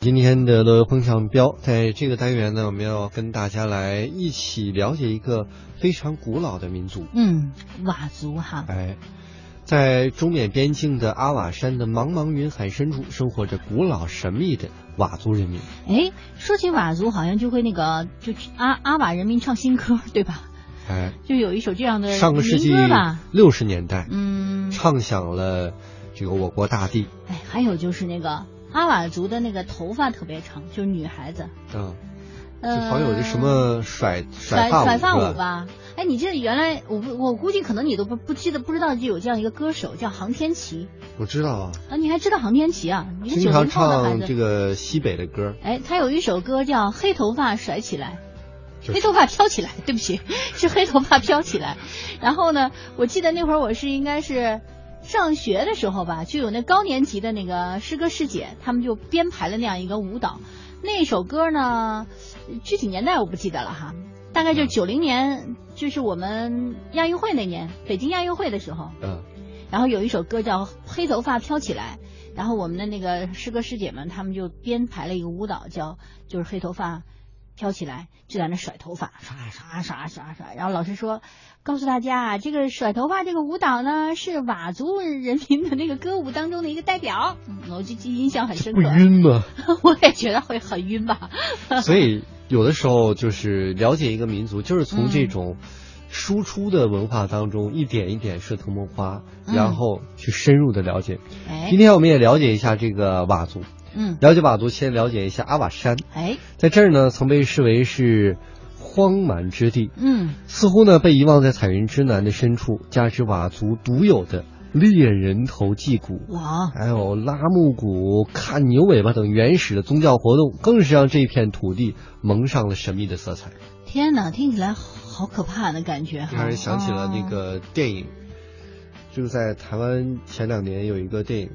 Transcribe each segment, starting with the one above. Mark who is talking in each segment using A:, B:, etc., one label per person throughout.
A: 今天的乐游碰上标，在这个单元呢，我们要跟大家来一起了解一个非常古老的民族。
B: 嗯，佤族哈，
A: 哎，在中缅边境的阿瓦山的茫茫云海深处，生活着古老神秘的佤族人民。
B: 哎，说起佤族，好像就会那个，就阿阿瓦人民唱新歌，对吧？
A: 哎，
B: 就有一首这样的
A: 上个世纪
B: 民歌吧，
A: 六十年代，
B: 嗯，
A: 唱响了这个我国大地。
B: 哎，还有就是那个阿瓦族的那个头发特别长，就是女孩子，
A: 嗯，就
B: 呃，
A: 好像有这什么甩
B: 甩
A: 发
B: 甩发
A: 舞
B: 舞？吧？哎，你记得原来我不我估计可能你都不不记得不知道就有这样一个歌手叫航天琪
A: 我知道啊，
B: 啊，你还知道航天琪啊？你是
A: 经
B: 九
A: 常
B: 零后的孩
A: 唱
B: 子，
A: 这个西北的歌。
B: 哎，他有一首歌叫《黑头发甩起来》，
A: 就是
B: 黑头发飘起来，对不起， 是黑头发飘起来。然后呢，我记得那会儿我是应该是上学的时候吧，就有那高年级的那个师哥师姐，他们就编排了那样一个舞蹈。那首歌呢，具体年代我不记得了哈，大
A: 嗯
B: 概就是九零年，就是我们亚运会那年，北京亚运会的时候。
A: 嗯，
B: 然后有一首歌叫《黑头发飘起来》，然后我们的那个师哥师姐们他们就编排了一个舞蹈，叫就是黑头发飘起来，就在那甩头发，刷刷刷刷刷。然后老师说，告诉大家啊，这个甩头发这个舞蹈呢，是佤族人民的那个歌舞当中的一个代表。嗯，我就记印象很深
A: 不
B: 刻，
A: 晕吗？
B: 我也觉得会很晕吧。
A: 所以有的时候就是了解一个民族，就是从这种
B: 嗯
A: 输出的文化当中一点一点射藤摸瓜，
B: 嗯
A: 然后去深入的了解。
B: 哎
A: 今，天我们也了解一下这个佤族，
B: 嗯，
A: 了解佤族先了解一下阿瓦山，
B: 哎，
A: 在这儿呢曾被视为是荒蛮之地，
B: 嗯，
A: 似乎呢被遗忘在彩云之南的深处，加之佤族独有的猎人头祭鼓。
B: 哇，
A: 还有拉木鼓、看牛尾巴等原始的宗教活动，更是让这片土地蒙上了神秘的色彩。
B: 天哪，听起来好可怕的感觉哈。
A: 让人想起了那
B: 哦
A: 个电影，就是在台湾前两年有一个电影，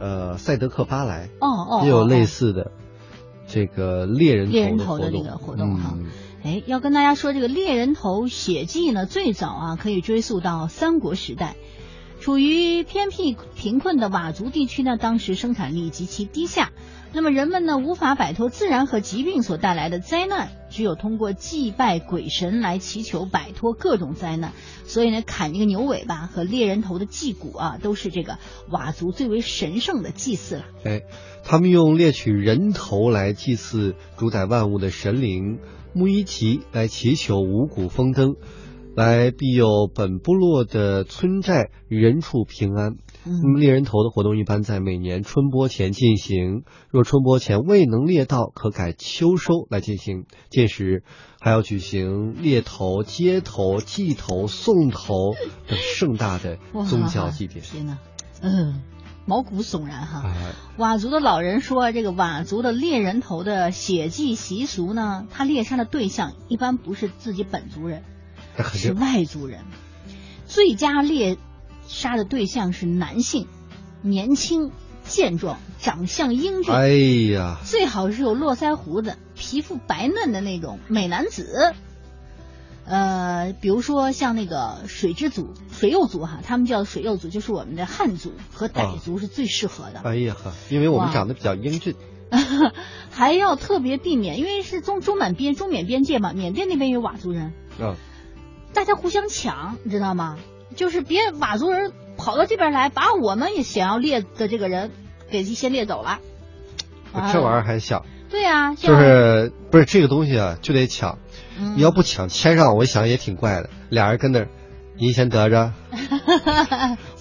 A: 呃，《赛德克巴莱
B: 哦哦》，
A: 也有类
B: 似。
A: 似的这个猎人
B: 猎人
A: 头
B: 头的
A: 的
B: 那个活动哈
A: 嗯
B: 哎，要跟大家说，这个猎人头血迹呢，最早啊可以追溯到三国时代。处于偏僻贫困的佤族地区呢，当时生产力极其低下，那么人们呢无法摆脱自然和疾病所带来的灾难，只有通过祭拜鬼神来祈求摆脱各种灾难。所以呢，砍这个牛尾巴和猎人头的祭骨啊，都是这个佤族最为神圣的祭祀了。
A: 哎，他们用猎取人头来祭祀主宰万物的神灵木伊奇，来祈求五谷丰登，来庇佑本部落的村寨人畜平安。
B: 嗯
A: 嗯猎人头的活动一般在每年春播前进行，若春播前未能猎到，可改秋收来进行。届时还要举行猎头、接头、祭头、送头等盛大的
B: 哇
A: 宗教祭典。
B: 天哪，嗯，毛骨悚然哈。
A: 哎，
B: 佤族的老人说，这个佤族的猎人头的血祭习俗呢，他猎杀的对象一般不是自己本族人，
A: 那肯
B: 是
A: 定
B: 外族人。最佳猎杀的对象是男性，年轻、健壮、长相英俊，
A: 哎呀，
B: 最好是有络腮胡子、皮肤白嫩的那种美男子。呃，比如说像那个水之族、水右族哈，他们叫水右族，就是我们的汉族和傣族是最适合的。
A: 哎呀呵，因为我们
B: 哇
A: 长得比较英俊，
B: 还要特别避免，因为是中中满边中缅边界嘛，缅甸那边有佤族人，
A: 啊，
B: 大家互相抢，你知道吗？就是别佤族人跑到这边来，把我们也想要猎的这个人给先猎走了。
A: 这玩意
B: 儿，
A: 儿还小，
B: 对啊，这
A: 就
B: 样、
A: 是不是这个东西啊，就得抢，
B: 嗯
A: 你要不抢签上，我想也挺怪的，俩人跟那儿，您先得着，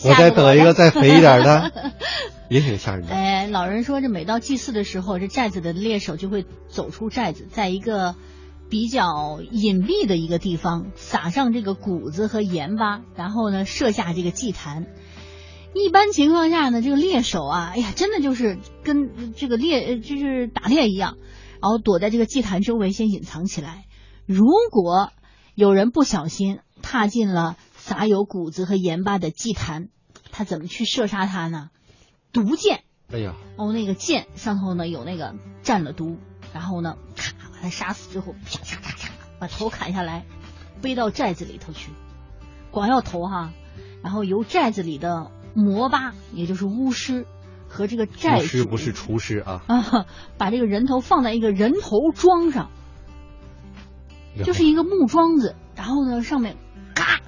A: 我再等一个。再肥一点的， 也挺吓人的。
B: 哎，老人说，这每到祭祀的时候，这寨子的猎手就会走出寨子，在一个比较隐蔽的一个地方撒上这个谷子和盐巴，然后呢设下这个祭坛。一般情况下呢，这个猎手啊，哎呀，真的就是跟这个猎呃就是打猎一样，然后躲在这个祭坛周围先隐藏起来。如果有人不小心踏进了撒有谷子和盐巴的祭坛，他怎么去射杀他呢？毒箭
A: 哎呀，
B: 哦，那个箭上头呢有那个蘸了毒，然后呢，咔把他杀死之后，啪嚓嚓嚓把头砍下来，背到寨子里头去，光要头哈，然后由寨子里的魔巴，也就是巫师，和这个寨
A: 牧
B: 主
A: 师不是厨师啊，
B: 啊，把这个人头放在一个人头桩上，
A: 哎
B: 就是一个木桩子，然后呢上面 嘎，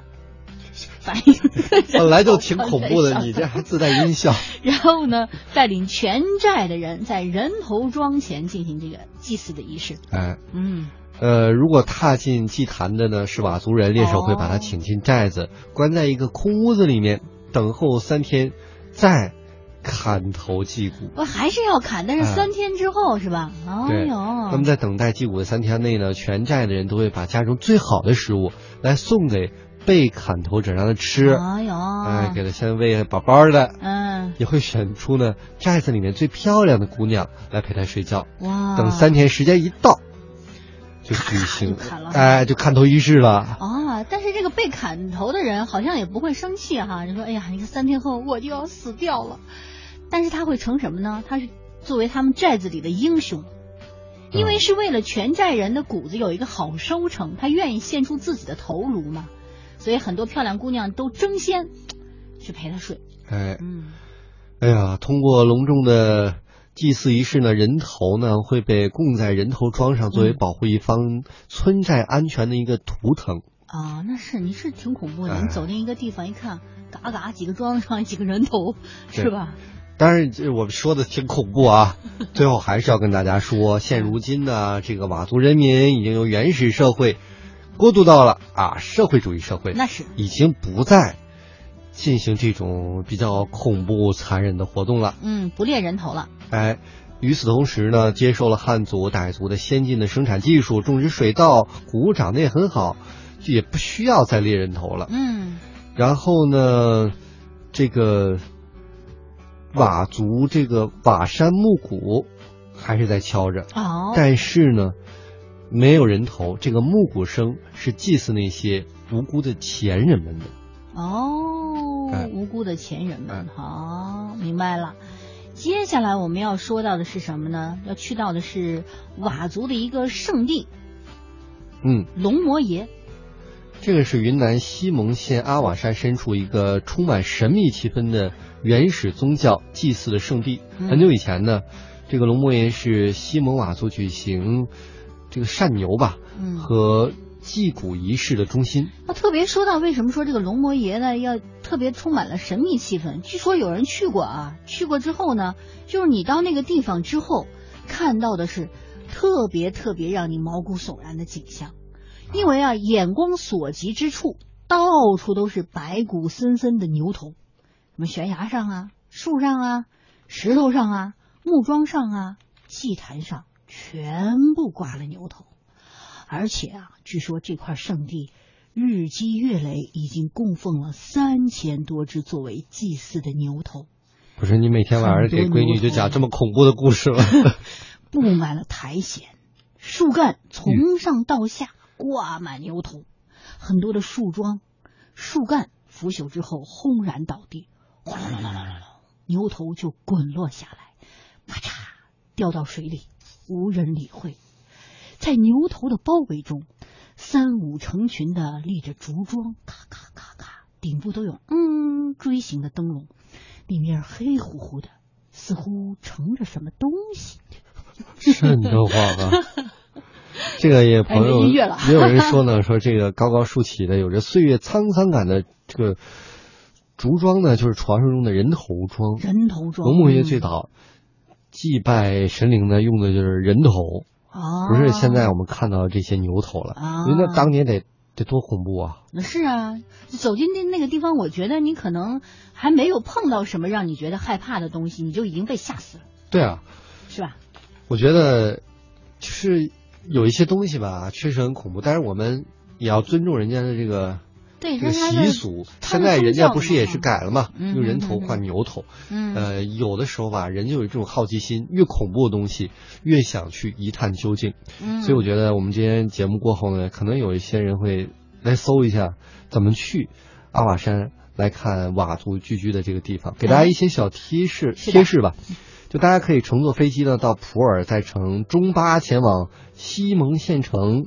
B: 把一个人
A: 啊本来就
B: 头
A: 挺
B: 放
A: 恐
B: 在
A: 怖的，
B: 上
A: 你这还自带音 效，
B: 然后呢，带领全寨的人在人头桩前进行这个祭祀的仪式。
A: 哎。
B: 嗯，
A: 呃，如果踏进祭坛的呢是瓦族人，猎
B: 哦
A: 手会把他请进寨子，关在一个空屋子里面，等候三天，再砍头祭骨。
B: 我还是要砍，但是
A: 哎
B: 三天之后、是吧？哎
A: 对
B: 呦，
A: 那么在等待祭骨的三天内呢，全寨的人都会把家中最好的食物来送给被砍头者，让他吃。
B: 哎呦，
A: 哎，给他先喂饱饱的，
B: 嗯，
A: 也会选出呢寨子里面最漂亮的姑娘来陪他睡觉。
B: 哇，
A: 等三天时间一到，就举行
B: 咔咔就啊砍了，
A: 哎，就砍头仪式了。
B: 啊，但是这个被砍头的人好像也不会生气哈，就说哎呀，你看三天后我就要死掉了，但是他会成什么呢？他是作为他们寨子里的英雄，因为是为了全寨人的骨子有一个好收成，他愿意献出自己的头颅嘛，所以很多漂亮姑娘都争先去陪他睡。
A: 哎，
B: 嗯，
A: 哎呀，通过隆重的祭祀仪式呢，人头呢会被供在人头桩上，作为
B: 嗯
A: 保护一方村寨安全的一个图腾。
B: 啊，那是你是挺恐怖的，
A: 哎
B: 你走进一个地方一看，嘎嘎几个桩上几个人头，
A: 对
B: 是吧？
A: 当然，这我们说的挺恐怖啊。最后还是要跟大家说，现如今呢，这个佤族人民已经由原始社会过渡到了啊社会主义社会，
B: 那是
A: 已经不再进行这种比较恐怖残忍的活动了。
B: 嗯，不猎人头了。
A: 哎，与此同时呢，接受了汉族、傣族的先进的生产技术，种植水稻、谷物长得也很好，就也不需要再猎人头了。
B: 嗯，
A: 然后呢，这个佤族这个瓦山木鼓还是在敲着，
B: 哦，
A: 但是呢，没有人头，这个木鼓声是祭祀那些无辜的前人们的。
B: 哦，
A: 哎
B: 无辜的前人们
A: 哎，
B: 好、明白了。接下来我们要说到的是什么呢？要去到的是佤族的一个圣地
A: 嗯，
B: 龙摩耶。
A: 这个是云南西盟县阿瓦山深处一个充满神秘气氛的原始宗教祭祀的圣地。
B: 嗯
A: 很久以前呢，这个龙摩岩是西蒙佤族举行这个善牛吧
B: 嗯，
A: 和祭古仪式的中心。
B: 那特别说到为什么说这个龙摩耶呢，要特别充满了神秘气氛。据说有人去过啊，去过之后呢，就是你到那个地方之后看到的是特别特别让你毛骨悚然的景象，因为啊，眼光所及之处，到处都是白骨森森的牛头，什么悬崖上啊、树上啊、石头上啊、木桩上啊、祭坛上，全部挂了牛头。而且啊，据说这块圣地日积月累，已经供奉了三千多只作为祭祀的牛头，
A: 不是你每天晚上给闺女就讲这么恐怖的故事吗？
B: 布满了苔藓，树干从上到下挂满牛头，很多的树桩、树干腐朽之后轰然倒地，轰隆隆隆隆隆隆，牛头就滚落下来，啪嚓掉到水里，无人理会。在牛头的包围中，三五成群的立着竹桩，咔咔咔咔，顶部都有嗯锥形的灯笼，里面黑乎乎的，似乎盛着什么东西。
A: 瘆得慌 啊！这个也朋友
B: 哎没音乐了
A: 也有人说呢，说这个高高竖起的、有着岁月沧桑感的这个竹桩呢，就是传说中的人头桩。
B: 人头桩，
A: 龙母爷最早祭拜神灵呢，用的就是人头，
B: 啊，
A: 不是现在我们看到这些牛头了。
B: 啊，
A: 因为那当年得得多恐怖啊！
B: 是啊，走进那那个地方，我觉得你可能还没有碰到什么让你觉得害怕的东西，你就已经被吓死了，
A: 对啊，
B: 是吧？
A: 我觉得就是有一些东西吧，确实很恐怖，但是我们也要尊重人家的这个。
B: 对，
A: 这个
B: 人家
A: 习
B: 的，
A: 俗，
B: 他
A: 现
B: 们
A: 在人
B: 宗
A: 家
B: 教
A: 不是也是
B: 嘛
A: 改了嘛，
B: 嗯
A: 用人
B: 嗯
A: 头
B: 嗯
A: 换牛头。
B: 嗯，
A: 呃，有的时候吧，人就有这种好奇心，越恐怖的东西越想去一探究竟。
B: 嗯
A: 所以我觉得我们今天节目过后呢，可能有一些人会来搜一下怎么去阿瓦山来看佤族聚居的这个地方，给大家一些小提示、
B: 嗯是的
A: 贴士吧。就大家可以乘坐飞机呢到普洱，再乘中巴前往西盟县城。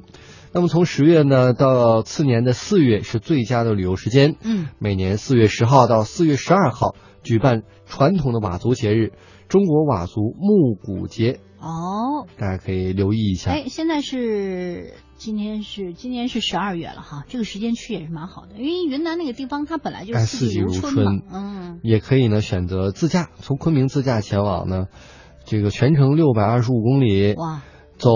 A: 那么从十月呢到次年的四月是最佳的旅游时间，
B: 嗯
A: 每年四月十号到四月十二号，举办传统的佤族节日——中国佤族木鼓节，
B: 哦，
A: 大家可以留意一下。
B: 哎，现在是今天是今年是十二月了哈，这个时间去也是蛮好的，因为云南那个地方它本来就
A: 哎
B: 是
A: 四季
B: 如
A: 如
B: 嘛，
A: 春
B: 嗯，
A: 也可以呢选择自驾，从昆明自驾前往呢，这个全程六百二十五公里，
B: 哇，
A: 走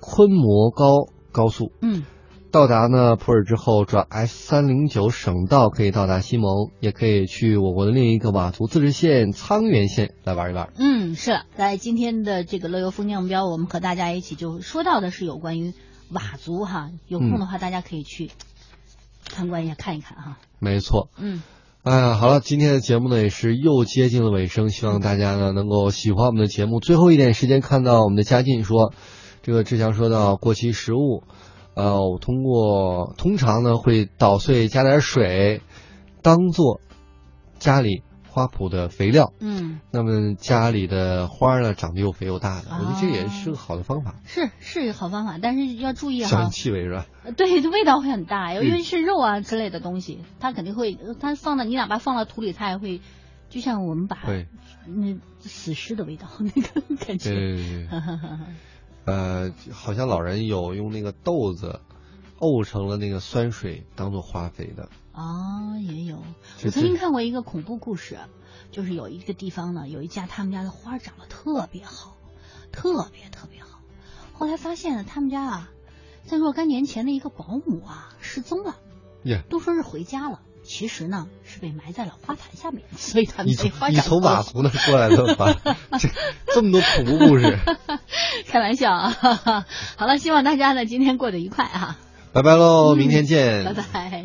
A: 昆摩高高速。
B: 嗯，
A: 到达呢普洱之后，转 S 三零九省道可以到达西蒙，也可以去我国的另一个佤族自治县沧源县来玩一玩。
B: 嗯，是了，在今天的这个乐游风向标，我们和大家一起就说到的是有关于佤族哈，有空的话大家可以去参观一下、看一看哈。
A: 没错，
B: 嗯，
A: 哎呀，好了，今天的节目呢也是又接近了尾声，希望大家呢能够喜欢我们的节目。最后一点时间看到我们的嘉进说，这个志强说到过期食物，呃，我通过通常呢会捣碎加点水，当做家里花圃的肥料。
B: 嗯，
A: 那么家里的花儿呢，长得又肥又大的，
B: 哦
A: 我觉得这也是个好的方法，
B: 是是一个好方法，但是要注意
A: 消
B: 哈
A: 灭，气味是吧？
B: 呃对，味道会很大，尤
A: 嗯
B: 其是肉啊之类的东西，它肯定会，呃它放到你哪怕放到土里，它也会，就像我们把
A: 对，
B: 那死尸的味道那个感
A: 对
B: 觉。
A: 对对对， 呃，好像老人有用那个豆子沤成了那个酸水当做花肥的，
B: 哦，也有。
A: 这
B: 我曾经
A: 这
B: 看过一个恐怖故事，就是有一个地方呢，有一家他们家的花长得特别好，特别特别好。后来发现他们家啊，在若干年前的一个保姆啊失踪了，
A: 呀，
B: 都说是回家了，其实呢是被埋在了花 坛下面，所以他们
A: 你
B: 这
A: 从
B: 花
A: 你
B: 长
A: 从
B: 得
A: 佤族那过来的吧？这这么多恐怖故事，
B: 开玩笑 啊！哈哈好了，希望大家呢今天过得愉快啊，
A: 拜拜喽，明天见，
B: 拜拜。